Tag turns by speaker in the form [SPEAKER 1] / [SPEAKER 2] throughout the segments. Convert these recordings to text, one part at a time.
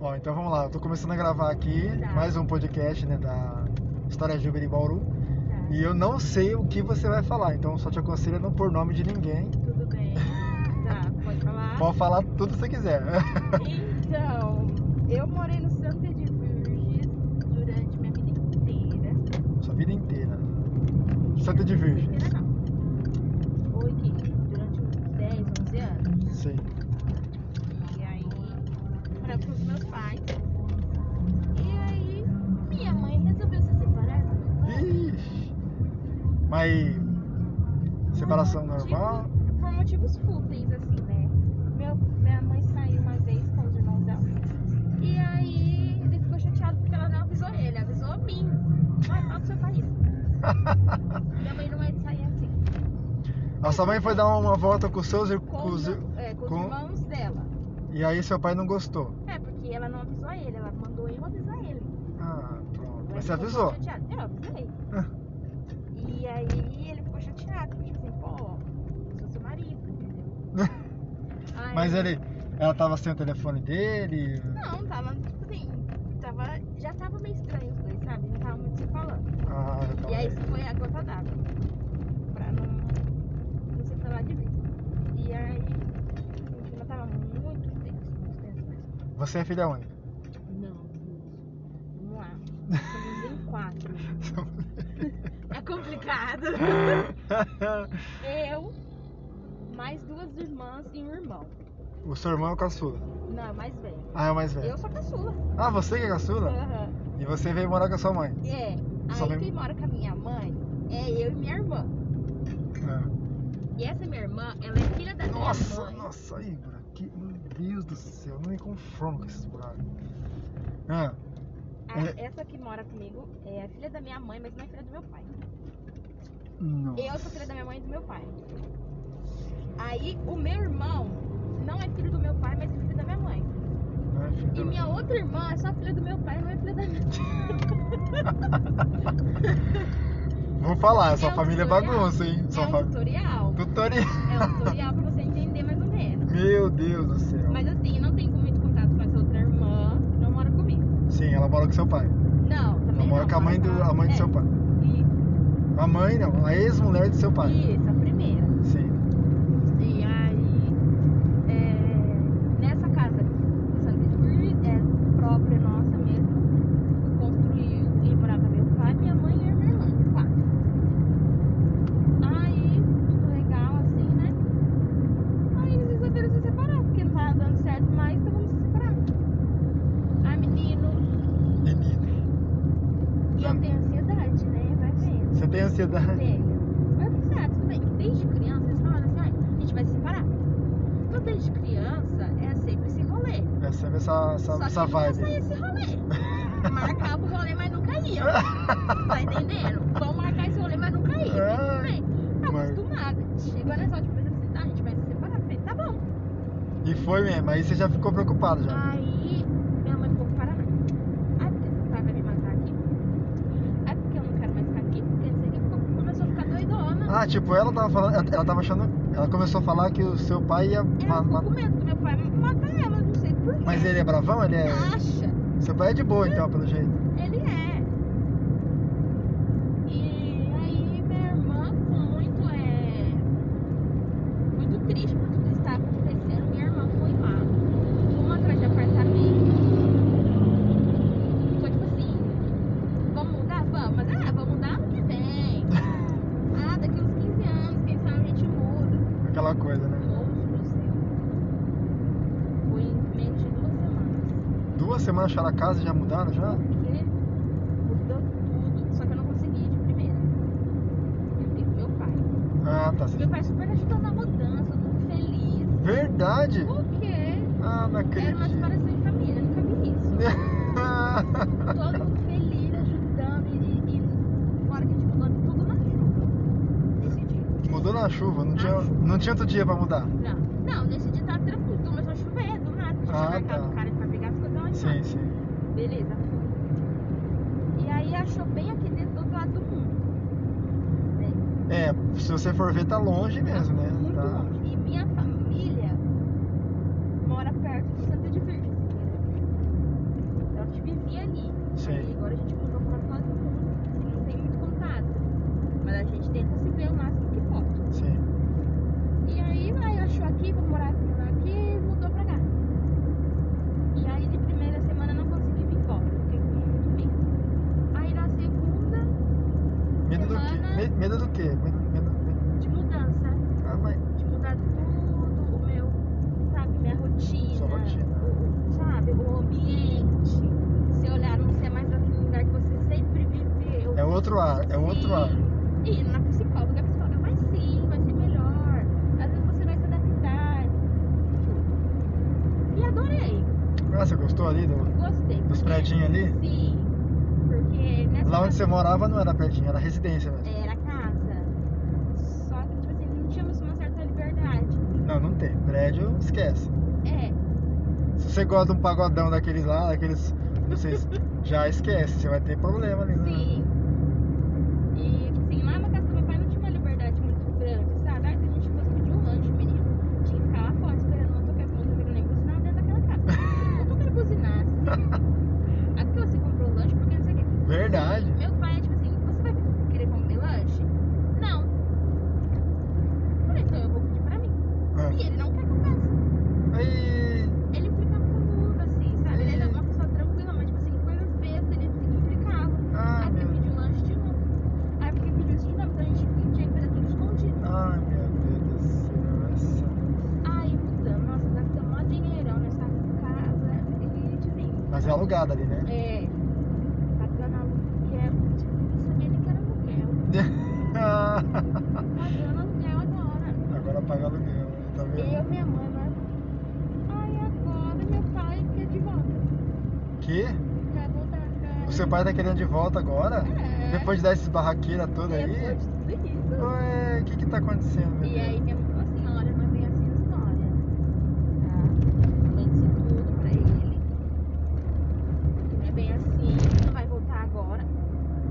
[SPEAKER 1] Ó, então vamos lá. Eu tô começando a gravar aqui
[SPEAKER 2] Tá.
[SPEAKER 1] mais um podcast, né, da História Júbilo em Bauru. E eu não sei o que você vai falar, então só te aconselho a não pôr nome de ninguém.
[SPEAKER 2] Tudo bem. Tá, pode falar.
[SPEAKER 1] Pode falar tudo que você quiser.
[SPEAKER 2] Então, eu morei no Santa de Virges durante minha vida inteira.
[SPEAKER 1] Sua vida inteira. Santa de Virgem.
[SPEAKER 2] Inteira não. Foi que durante uns 10, 11 anos.
[SPEAKER 1] Sim.
[SPEAKER 2] E aí, morava com os meus pais. E aí, minha mãe resolveu se separar. do meu pai.
[SPEAKER 1] Ixi. Mas separação
[SPEAKER 2] Por motivo-
[SPEAKER 1] normal?
[SPEAKER 2] Por motivos fúteis, assim, né? Meu, minha mãe saiu uma vez com os irmãos dela. E aí ele ficou chateado porque ela não avisou ele, avisou a mim. Vai para o seu país. Minha mãe não é de sair assim.
[SPEAKER 1] A sua mãe foi dar uma volta com os seus ir-
[SPEAKER 2] Com,
[SPEAKER 1] com os... ir-
[SPEAKER 2] os, é, com os
[SPEAKER 1] com-
[SPEAKER 2] irmãos dela.
[SPEAKER 1] e aí seu pai não gostou.
[SPEAKER 2] É, porque ela não avisou ele, ela mandou eu avisar ele. Então,
[SPEAKER 1] Ah, pronto.
[SPEAKER 2] Ele
[SPEAKER 1] Mas você
[SPEAKER 2] ficou
[SPEAKER 1] avisou.
[SPEAKER 2] chateado. É, Eu avisei.
[SPEAKER 1] Ah.
[SPEAKER 2] E aí ele ficou chateado, porque, tipo assim, pô, sou seu marido, entendeu? Aí-
[SPEAKER 1] Mas ele, ela tava sem o telefone dele.
[SPEAKER 2] Não, tava, tipo assim, tava, já tava meio estranho os dois, sabe? Não tava muito se falando.
[SPEAKER 1] Ah, eu tava
[SPEAKER 2] E aí
[SPEAKER 1] aí.
[SPEAKER 2] isso foi a gota d'água. Pra não, não se falar de mim. E aí, o clima tava muito tenso, muito tenso mesmo.
[SPEAKER 1] Você é filha única.
[SPEAKER 2] Não, vamos lá. Somos em quatro. É complicado. Eu, mais duas irmãs e um irmão.
[SPEAKER 1] o seu irmão é o caçula.
[SPEAKER 2] Não, mais velho.
[SPEAKER 1] Ah, é o mais velho.
[SPEAKER 2] Eu sou caçula.
[SPEAKER 1] Ah, você que é caçula?
[SPEAKER 2] Aham.
[SPEAKER 1] E você veio morar com a sua mãe.
[SPEAKER 2] É.
[SPEAKER 1] Só
[SPEAKER 2] Aí
[SPEAKER 1] lembra-
[SPEAKER 2] quem mora com a minha mãe é eu e minha irmã.
[SPEAKER 1] Ah.
[SPEAKER 2] E essa minha irmã, ela é filha da minha
[SPEAKER 1] Nossa,
[SPEAKER 2] mãe.
[SPEAKER 1] nossa, aí, Ibra. Que, meu Deus do céu, eu não me conformo com esses buracos. Ah,
[SPEAKER 2] A-
[SPEAKER 1] É.
[SPEAKER 2] essa que mora comigo é a filha da minha mãe, mas não é filha do meu pai.
[SPEAKER 1] não.
[SPEAKER 2] Eu sou filha da minha mãe e do meu pai. Aí o meu irmão não é filho do meu pai, mas é filho da minha mãe.
[SPEAKER 1] Não é filho
[SPEAKER 2] E
[SPEAKER 1] da-
[SPEAKER 2] minha outra irmã é só filha do meu pai, não é filha da minha
[SPEAKER 1] Vou falar, sua
[SPEAKER 2] um
[SPEAKER 1] família é
[SPEAKER 2] tutorial.
[SPEAKER 1] bagunça, hein?
[SPEAKER 2] É
[SPEAKER 1] Sua
[SPEAKER 2] um
[SPEAKER 1] família.
[SPEAKER 2] tutorial.
[SPEAKER 1] Tutoria.
[SPEAKER 2] É um tutorial pra você entender mais ou menos.
[SPEAKER 1] Meu Deus do céu.
[SPEAKER 2] Mas assim, não tenho muito contato com essa outra irmã, não mora comigo.
[SPEAKER 1] Sim, ela mora com seu pai.
[SPEAKER 2] Não, também
[SPEAKER 1] Ela mora
[SPEAKER 2] não,
[SPEAKER 1] com a mãe, do, a mãe do
[SPEAKER 2] é,
[SPEAKER 1] seu pai. A mãe não, a ex-mulher do seu pai.
[SPEAKER 2] Isso, a primeira.
[SPEAKER 1] Sim.
[SPEAKER 2] E aí, é, nessa casa do Santa Cruz, é própria nossa mesmo, construí e morava meu pai, minha mãe e minha irmã, quatro. Aí, tudo legal assim, né? Aí eles resolveram se separar, porque não tava dando certo mais, então vamos se separar. Ai, menino,
[SPEAKER 1] Menino.
[SPEAKER 2] e eu tenho ansiedade, né? Vai vendo.
[SPEAKER 1] Você tem ansiedade?
[SPEAKER 2] Tenho. Mas eu pensei, ah, tudo bem, que desde criança eles falaram assim, ai, a gente vai se separar. Então desde criança é sempre esse rolê.
[SPEAKER 1] É sempre essa, essa,
[SPEAKER 2] Só
[SPEAKER 1] essa
[SPEAKER 2] que
[SPEAKER 1] vibe.
[SPEAKER 2] nunca saía esse rolê. Marcava o rolê, mas nunca ia. Tá entendendo? Vamos marcar esse rolê, mas nunca ia.
[SPEAKER 1] É.
[SPEAKER 2] Tudo bem. Tá
[SPEAKER 1] Mas-
[SPEAKER 2] acostumada. Chegou nessa última vez, eu pensei, tá, a gente vai se separar. Eu falei, tá bom.
[SPEAKER 1] E foi mesmo, aí você já ficou preocupado já.
[SPEAKER 2] Aí minha mãe ficou com Paraná. Ai, porque seu pai vai me matar aqui. Ai, porque eu não quero mais ficar aqui, porque não sei o que. Ficou- Começou a ficar doidona.
[SPEAKER 1] Ah, tipo, ela tava falando, ela- ela tava achando, ela começou a falar que o seu pai ia ma-
[SPEAKER 2] Ela ficou
[SPEAKER 1] ma-
[SPEAKER 2] com medo que meu pai mata ela, não sei por quê.
[SPEAKER 1] Mas ele é bravão? Ele é...
[SPEAKER 2] acha,
[SPEAKER 1] Seu pai é de boa então, pelo jeito.
[SPEAKER 2] ele é. E aí minha irmã ficou muito, é, muito triste por tudo que estava acontecendo. Minha irmã foi lá, fomos atrás de apartamento. Foi tipo assim, vamos mudar? Vamos, mas ah, vamos mudar ano que vem. Ah, daqui uns 15 anos, quem sabe a gente muda.
[SPEAKER 1] Aquela coisa, né?
[SPEAKER 2] Longe do céu. Foi em menos de duas semanas.
[SPEAKER 1] Duas semanas acharam a casa e já mudaram já?
[SPEAKER 2] Porque mudou tudo, só que eu não consegui de primeira. Eu fiquei com meu pai.
[SPEAKER 1] Ah, tá.
[SPEAKER 2] Meu pai super ajudou na mudança, todo mundo feliz.
[SPEAKER 1] Verdade?
[SPEAKER 2] Por quê?
[SPEAKER 1] Ah,
[SPEAKER 2] Era
[SPEAKER 1] não
[SPEAKER 2] uma
[SPEAKER 1] acredito.
[SPEAKER 2] separação de família, nunca vi isso. Todo mundo feliz, ajudando e, e, e fora que a gente mudou tudo na chuva. Nesse dia.
[SPEAKER 1] Mudou na chuva, não tinha, não tinha outro dia pra mudar.
[SPEAKER 2] Não, não, nesse dia tava tranquilo, começou a chover, do nada. A gente
[SPEAKER 1] Ah,
[SPEAKER 2] tinha marcado
[SPEAKER 1] tá.
[SPEAKER 2] o cara pra pegar as coisas lá em casa.
[SPEAKER 1] Sim, sim.
[SPEAKER 2] Beleza, foi. E aí achou bem aqui dentro do outro lado do mundo. Né?
[SPEAKER 1] É, se você for ver, tá longe mesmo, né?
[SPEAKER 2] Muito
[SPEAKER 1] Tá.
[SPEAKER 2] longe. E assim, minha família mora perto de Santa de Virgem. Então, assim, assim,
[SPEAKER 1] Ah,
[SPEAKER 2] um
[SPEAKER 1] outro ar, é um outro ar.
[SPEAKER 2] E indo na psicóloga, a psicóloga, mas sim, vai ser melhor. Às vezes você vai se adaptar. E adorei.
[SPEAKER 1] Ah, você gostou ali do-
[SPEAKER 2] Gostei.
[SPEAKER 1] dos
[SPEAKER 2] porque-
[SPEAKER 1] prédios ali?
[SPEAKER 2] Sim. Porque nessa
[SPEAKER 1] Lá onde você
[SPEAKER 2] casa
[SPEAKER 1] morava não era pertinho, era residência mesmo.
[SPEAKER 2] era casa. Só que, tipo assim, não tínhamos uma certa liberdade.
[SPEAKER 1] Não, não tem. Prédio, esquece.
[SPEAKER 2] É,
[SPEAKER 1] Se você gosta de um pagodão daqueles lá, daqueles. Vocês já esquece, você vai ter problema ali. né?
[SPEAKER 2] sim. E, tipo assim, lá na casa do meu pai não tinha uma liberdade muito grande, sabe? Aí se a gente fosse pedir um lanche, menino, tinha que ficar lá fora esperando o motoqueiro, o motoqueiro nem buzinava dentro daquela casa. O motoqueiro buzinasse. Ah, porque você comprou lanche, porque não sei o quê.
[SPEAKER 1] Verdade.
[SPEAKER 2] Meu pai é tipo assim, você vai querer comer lanche? Não. Eu Falei, então eu vou pedir pra mim.
[SPEAKER 1] Ah.
[SPEAKER 2] E ele não quer que eu peça.
[SPEAKER 1] Aí,
[SPEAKER 2] Ele implicava com tudo, assim, sabe? Ele era
[SPEAKER 1] Ih.
[SPEAKER 2] uma pessoa tranquila, mas, tipo assim, coisas bestas, ele se implicava.
[SPEAKER 1] Ah,
[SPEAKER 2] Aí porque
[SPEAKER 1] meu.
[SPEAKER 2] pediu lanche de novo. Aí porque pediu isso de novo, então a gente tinha que fazer tudo escondido.
[SPEAKER 1] Ai, meu Deus do céu. essa-
[SPEAKER 2] Aí mudamos, então, nossa, gastamos um mó dinheirão nessa casa. E, tipo assim,
[SPEAKER 1] Mas é alugado ali, né?
[SPEAKER 2] é. Pagando aluguel, tipo, não sabia nem que era aluguel. Pagando aluguel da hora.
[SPEAKER 1] Agora paga aluguel, né? tá
[SPEAKER 2] Eu,
[SPEAKER 1] vendo?
[SPEAKER 2] minha mãe, né? Aí agora meu pai quer de volta.
[SPEAKER 1] Que?
[SPEAKER 2] Quer voltar pra.
[SPEAKER 1] O seu pai tá querendo de volta agora?
[SPEAKER 2] É.
[SPEAKER 1] Depois de dar esses barraqueiras toda aí? Ah,
[SPEAKER 2] Depois de tudo isso.
[SPEAKER 1] Ué, o que que tá acontecendo, meu
[SPEAKER 2] E
[SPEAKER 1] Deus?
[SPEAKER 2] aí minha mãe falou assim, olha, mas vem assim a história. Tá? Tem isso tudo pra ele. Não é bem assim, não vai voltar agora.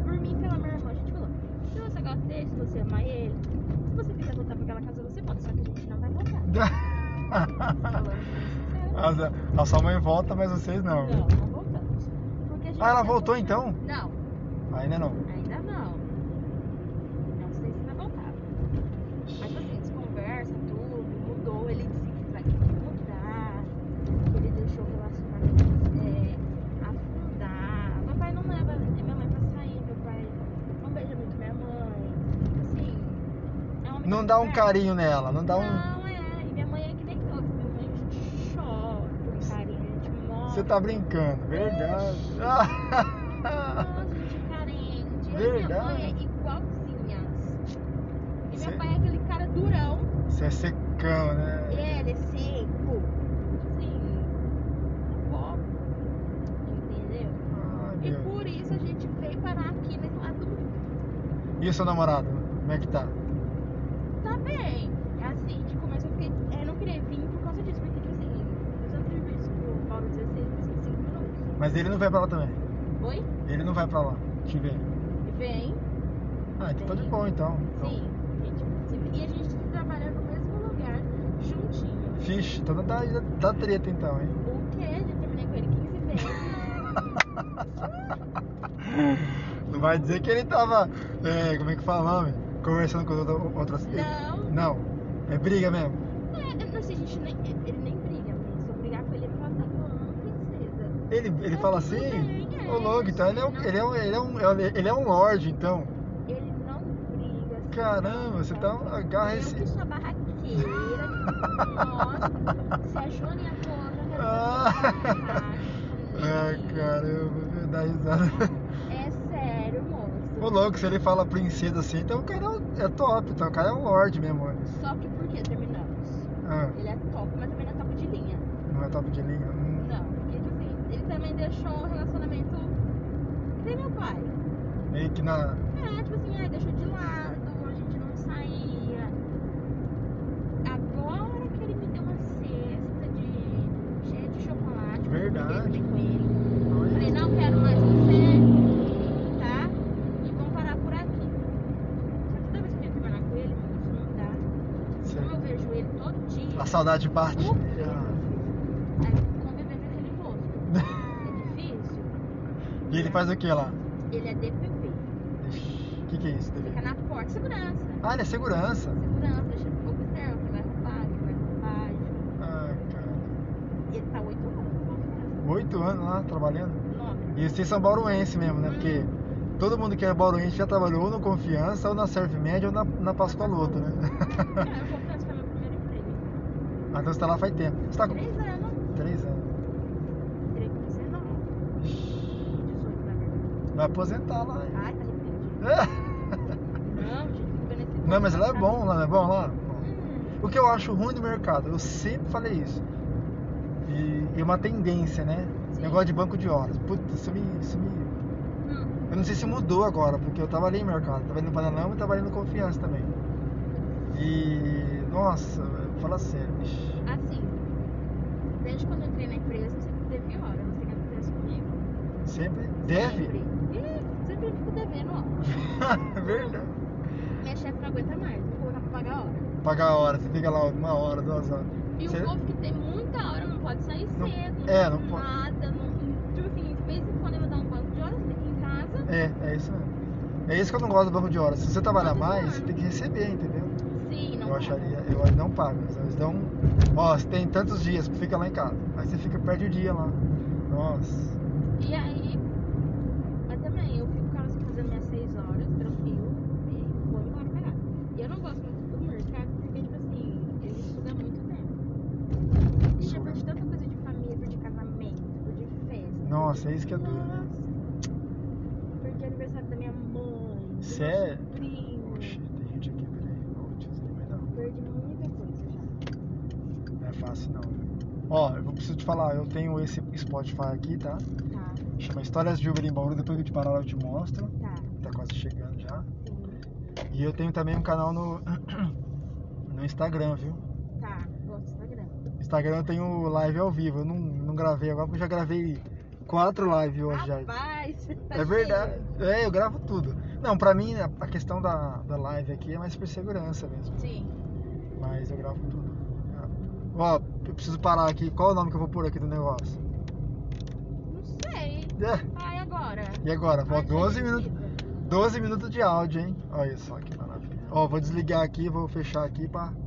[SPEAKER 2] Por mim, pela minha irmã, a gente falou, se você gosta dele, se você ama ele, se você quiser voltar pra aquela casa, você pode, só que a gente não vai voltar. Falando sincero.
[SPEAKER 1] A é, a sua mãe volta, mas vocês não.
[SPEAKER 2] Não, não voltamos. Porque a gente
[SPEAKER 1] Ah, ela
[SPEAKER 2] quer
[SPEAKER 1] voltou
[SPEAKER 2] voltar.
[SPEAKER 1] então?
[SPEAKER 2] Não,
[SPEAKER 1] Ainda não.
[SPEAKER 2] ainda não. Não sei se vai voltar. Mas assim, eles conversam tudo, mudou, ele disse que vai mudar, que ele deixou o relacionamento é, afundar. Meu pai não leva né? minha mãe pra sair, meu pai não beija muito minha mãe. Assim, é um homem
[SPEAKER 1] Não
[SPEAKER 2] que
[SPEAKER 1] dá um
[SPEAKER 2] conversa.
[SPEAKER 1] carinho nela, não dá um.
[SPEAKER 2] Não, é. E minha mãe é que nem eu. Minha mãe a gente chora por um carinho, a gente morre.
[SPEAKER 1] Você tá brincando, verdade.
[SPEAKER 2] Nossa, gente carente. Eu e minha mãe é
[SPEAKER 1] Verdade.
[SPEAKER 2] igualzinhas. E meu
[SPEAKER 1] Cê-
[SPEAKER 2] pai é aquele cara durão.
[SPEAKER 1] Você é secão, né?
[SPEAKER 2] Ele é seco. Sim. Pobre. Entendeu?
[SPEAKER 1] Ai,
[SPEAKER 2] E
[SPEAKER 1] meu.
[SPEAKER 2] por isso a gente veio parar aqui né? nesse lado.
[SPEAKER 1] E o seu namorado? Como é que tá?
[SPEAKER 2] Tá bem. É assim, de começo eu fiquei. Eu não queria vir por causa disso, porque, tipo assim, eu sempre tive isso por Paulo 16, 5 minutos.
[SPEAKER 1] Mas ele não vai pra lá também.
[SPEAKER 2] Oi?
[SPEAKER 1] Ele não vai pra lá. Te ver.
[SPEAKER 2] Vem.
[SPEAKER 1] Ah, então tá de bom então. Então,
[SPEAKER 2] Sim. A gente se- E a gente trabalha no mesmo lugar, juntinho.
[SPEAKER 1] Vixe, então dá, dá, dá treta então, hein?
[SPEAKER 2] O que? Eu já terminei com ele 15 vezes.
[SPEAKER 1] Não vai dizer que ele tava. é, como é que fala o nome? Conversando com outra- outras
[SPEAKER 2] Não.
[SPEAKER 1] Não. É briga mesmo.
[SPEAKER 2] É, não sei, a gente nem, ele nem briga, mas se eu brigar com ele, ele fala, tá bom, princesa.
[SPEAKER 1] Ele, ele
[SPEAKER 2] É
[SPEAKER 1] fala assim?
[SPEAKER 2] Sim, é.
[SPEAKER 1] Ô louco, então ele é, um, ele, é um, ele, é um, ele é um lorde, então.
[SPEAKER 2] Ele não briga. assim,
[SPEAKER 1] Caramba, você tá um- agarra
[SPEAKER 2] eu
[SPEAKER 1] esse-
[SPEAKER 2] que sou a barraqueira. nossa, se a Jônia for, eu quero
[SPEAKER 1] Ah.
[SPEAKER 2] barraca.
[SPEAKER 1] Ah, caramba, dá risada.
[SPEAKER 2] É sério, moço.
[SPEAKER 1] Ô louco, se ele fala princesa assim, então o cara é, um- é top, então o cara é um lorde mesmo.
[SPEAKER 2] Só que por que terminamos?
[SPEAKER 1] Ah,
[SPEAKER 2] Ele é top, mas também não é top de linha.
[SPEAKER 1] não é top de linha? Hum.
[SPEAKER 2] Não, porque tipo assim, ele também deixou o relacionamento que nem meu pai.
[SPEAKER 1] Meio que na.
[SPEAKER 2] É, tipo assim, ai, deixou de lado, a gente não saía. Agora que ele me deu uma cesta de cheia de chocolate, porque eu
[SPEAKER 1] Verdade.
[SPEAKER 2] briguei com ele. Eu Falei, não quero mais você, tá? E vamos parar por aqui. Só que toda vez que eu tento terminar com ele, moço, não dá.
[SPEAKER 1] Cê-
[SPEAKER 2] Como eu vejo ele todo dia.
[SPEAKER 1] A saudade bate.
[SPEAKER 2] Por quê?
[SPEAKER 1] Ah,
[SPEAKER 2] É, conviver com aquele rosto. É difícil.
[SPEAKER 1] E ele faz o que lá?
[SPEAKER 2] Ele é DPP.
[SPEAKER 1] O que, que é isso, TV?
[SPEAKER 2] Fica na porta. Segurança.
[SPEAKER 1] Ah, ele é segurança.
[SPEAKER 2] Segurança, deixa ele observa que vai roubar, que né? vai roubar.
[SPEAKER 1] Ah, cara.
[SPEAKER 2] E ele tá 8 horas no confiança.
[SPEAKER 1] Oito anos lá trabalhando.
[SPEAKER 2] Nove.
[SPEAKER 1] E vocês são bauruense mesmo, né? Porque todo mundo que é bauruense já trabalhou ou no Confiança, ou na Surf Média, ou na, na Pascoaloto, né?
[SPEAKER 2] Cara, eu confesso que é meu primeiro emprego.
[SPEAKER 1] Ah, então você tá lá faz tempo. Você tá com
[SPEAKER 2] Três anos.
[SPEAKER 1] três anos.
[SPEAKER 2] Entrei com 19. 18, na verdade.
[SPEAKER 1] Vai aposentar lá. hein?
[SPEAKER 2] Ai, tá arrependido. Não, gente, fica nesse
[SPEAKER 1] Não,
[SPEAKER 2] ponto
[SPEAKER 1] mas
[SPEAKER 2] da
[SPEAKER 1] lá é
[SPEAKER 2] casa.
[SPEAKER 1] bom, lá é bom lá.
[SPEAKER 2] Hum,
[SPEAKER 1] O que eu acho ruim do mercado, eu sempre falei isso. E, e uma tendência, né?
[SPEAKER 2] Sim.
[SPEAKER 1] Negócio de banco de horas. Putz, isso me, isso me
[SPEAKER 2] hum.
[SPEAKER 1] Eu não sei se mudou agora, porque eu tava ali em mercado, tava indo no Pananama e tava indo no Confiança também. E. Nossa, velho, fala sério, vixi.
[SPEAKER 2] Assim, desde quando eu entrei na empresa, sempre teve hora. Você quer acontece comigo?
[SPEAKER 1] Sempre deve?
[SPEAKER 2] Sempre. Ih, sempre fico devendo, ó.
[SPEAKER 1] Verdade.
[SPEAKER 2] Minha chefe não aguenta mais, vou colocar pra pagar a hora.
[SPEAKER 1] Pagar a hora, você fica lá uma hora, duas horas.
[SPEAKER 2] E
[SPEAKER 1] Cê-
[SPEAKER 2] o povo que tem muita hora não pode sair
[SPEAKER 1] Não-
[SPEAKER 2] cedo, não,
[SPEAKER 1] é,
[SPEAKER 2] faz
[SPEAKER 1] não pode.
[SPEAKER 2] nada, não. Tipo assim, de vez em quando eu vou dar um banco de horas, tem que ir em casa.
[SPEAKER 1] É, é isso mesmo. É isso que eu não gosto do banco de horas. Se você trabalhar
[SPEAKER 2] Todo
[SPEAKER 1] mais,
[SPEAKER 2] ano.
[SPEAKER 1] você tem que receber, entendeu?
[SPEAKER 2] Sim, não
[SPEAKER 1] eu
[SPEAKER 2] pode.
[SPEAKER 1] acharia, eu acho que não pago. Eles dão. Ó, você tem tantos dias, fica lá em casa. Aí você fica, perde o dia lá. Nossa.
[SPEAKER 2] E aí, mas também eu fico com elas fazendo minhas 6 horas, tranquilo, e vou embora pra casa. E eu não gosto muito do mercado, porque, tipo assim, ele suga muito tempo. E já
[SPEAKER 1] Suga.
[SPEAKER 2] perdi tanta coisa de família, de casamento, de festa.
[SPEAKER 1] Nossa,
[SPEAKER 2] de-
[SPEAKER 1] é isso que é duro, né?
[SPEAKER 2] Nossa. Perdi o aniversário da minha mãe, do meu
[SPEAKER 1] Sério?
[SPEAKER 2] sobrinho.
[SPEAKER 1] é Oxi, tem gente aqui, peraí. Ô, tio, você tem mais não.
[SPEAKER 2] Perdi muita coisa já.
[SPEAKER 1] Não é fácil não. viu? Ó, eu preciso te falar, eu tenho esse Spotify aqui, tá?
[SPEAKER 2] Tá,
[SPEAKER 1] Chama Histórias de Uber em Bauru, depois que eu te parar lá eu te mostro.
[SPEAKER 2] tá,
[SPEAKER 1] Tá quase chegando já.
[SPEAKER 2] sim,
[SPEAKER 1] E eu tenho também um canal no, no Instagram, viu?
[SPEAKER 2] tá. Gosto do Instagram.
[SPEAKER 1] Instagram eu tenho live ao vivo. Eu não, não gravei agora porque eu já gravei quatro lives hoje já.
[SPEAKER 2] Rapaz, tá
[SPEAKER 1] é
[SPEAKER 2] cheio.
[SPEAKER 1] verdade. É, eu gravo tudo. Não, pra mim a a questão da, da live aqui é mais por segurança mesmo.
[SPEAKER 2] Sim.
[SPEAKER 1] Mas eu gravo tudo. É. Ó, eu preciso parar aqui. Qual é o nome que eu vou pôr aqui do negócio?
[SPEAKER 2] Não sei.
[SPEAKER 1] É.
[SPEAKER 2] Ai, agora.
[SPEAKER 1] E agora?
[SPEAKER 2] Ai,
[SPEAKER 1] Falta
[SPEAKER 2] que
[SPEAKER 1] 12 minutos.
[SPEAKER 2] delícia.
[SPEAKER 1] 12 minutos de áudio, hein? Olha só que maravilha. Ó, vou desligar aqui, vou fechar aqui pra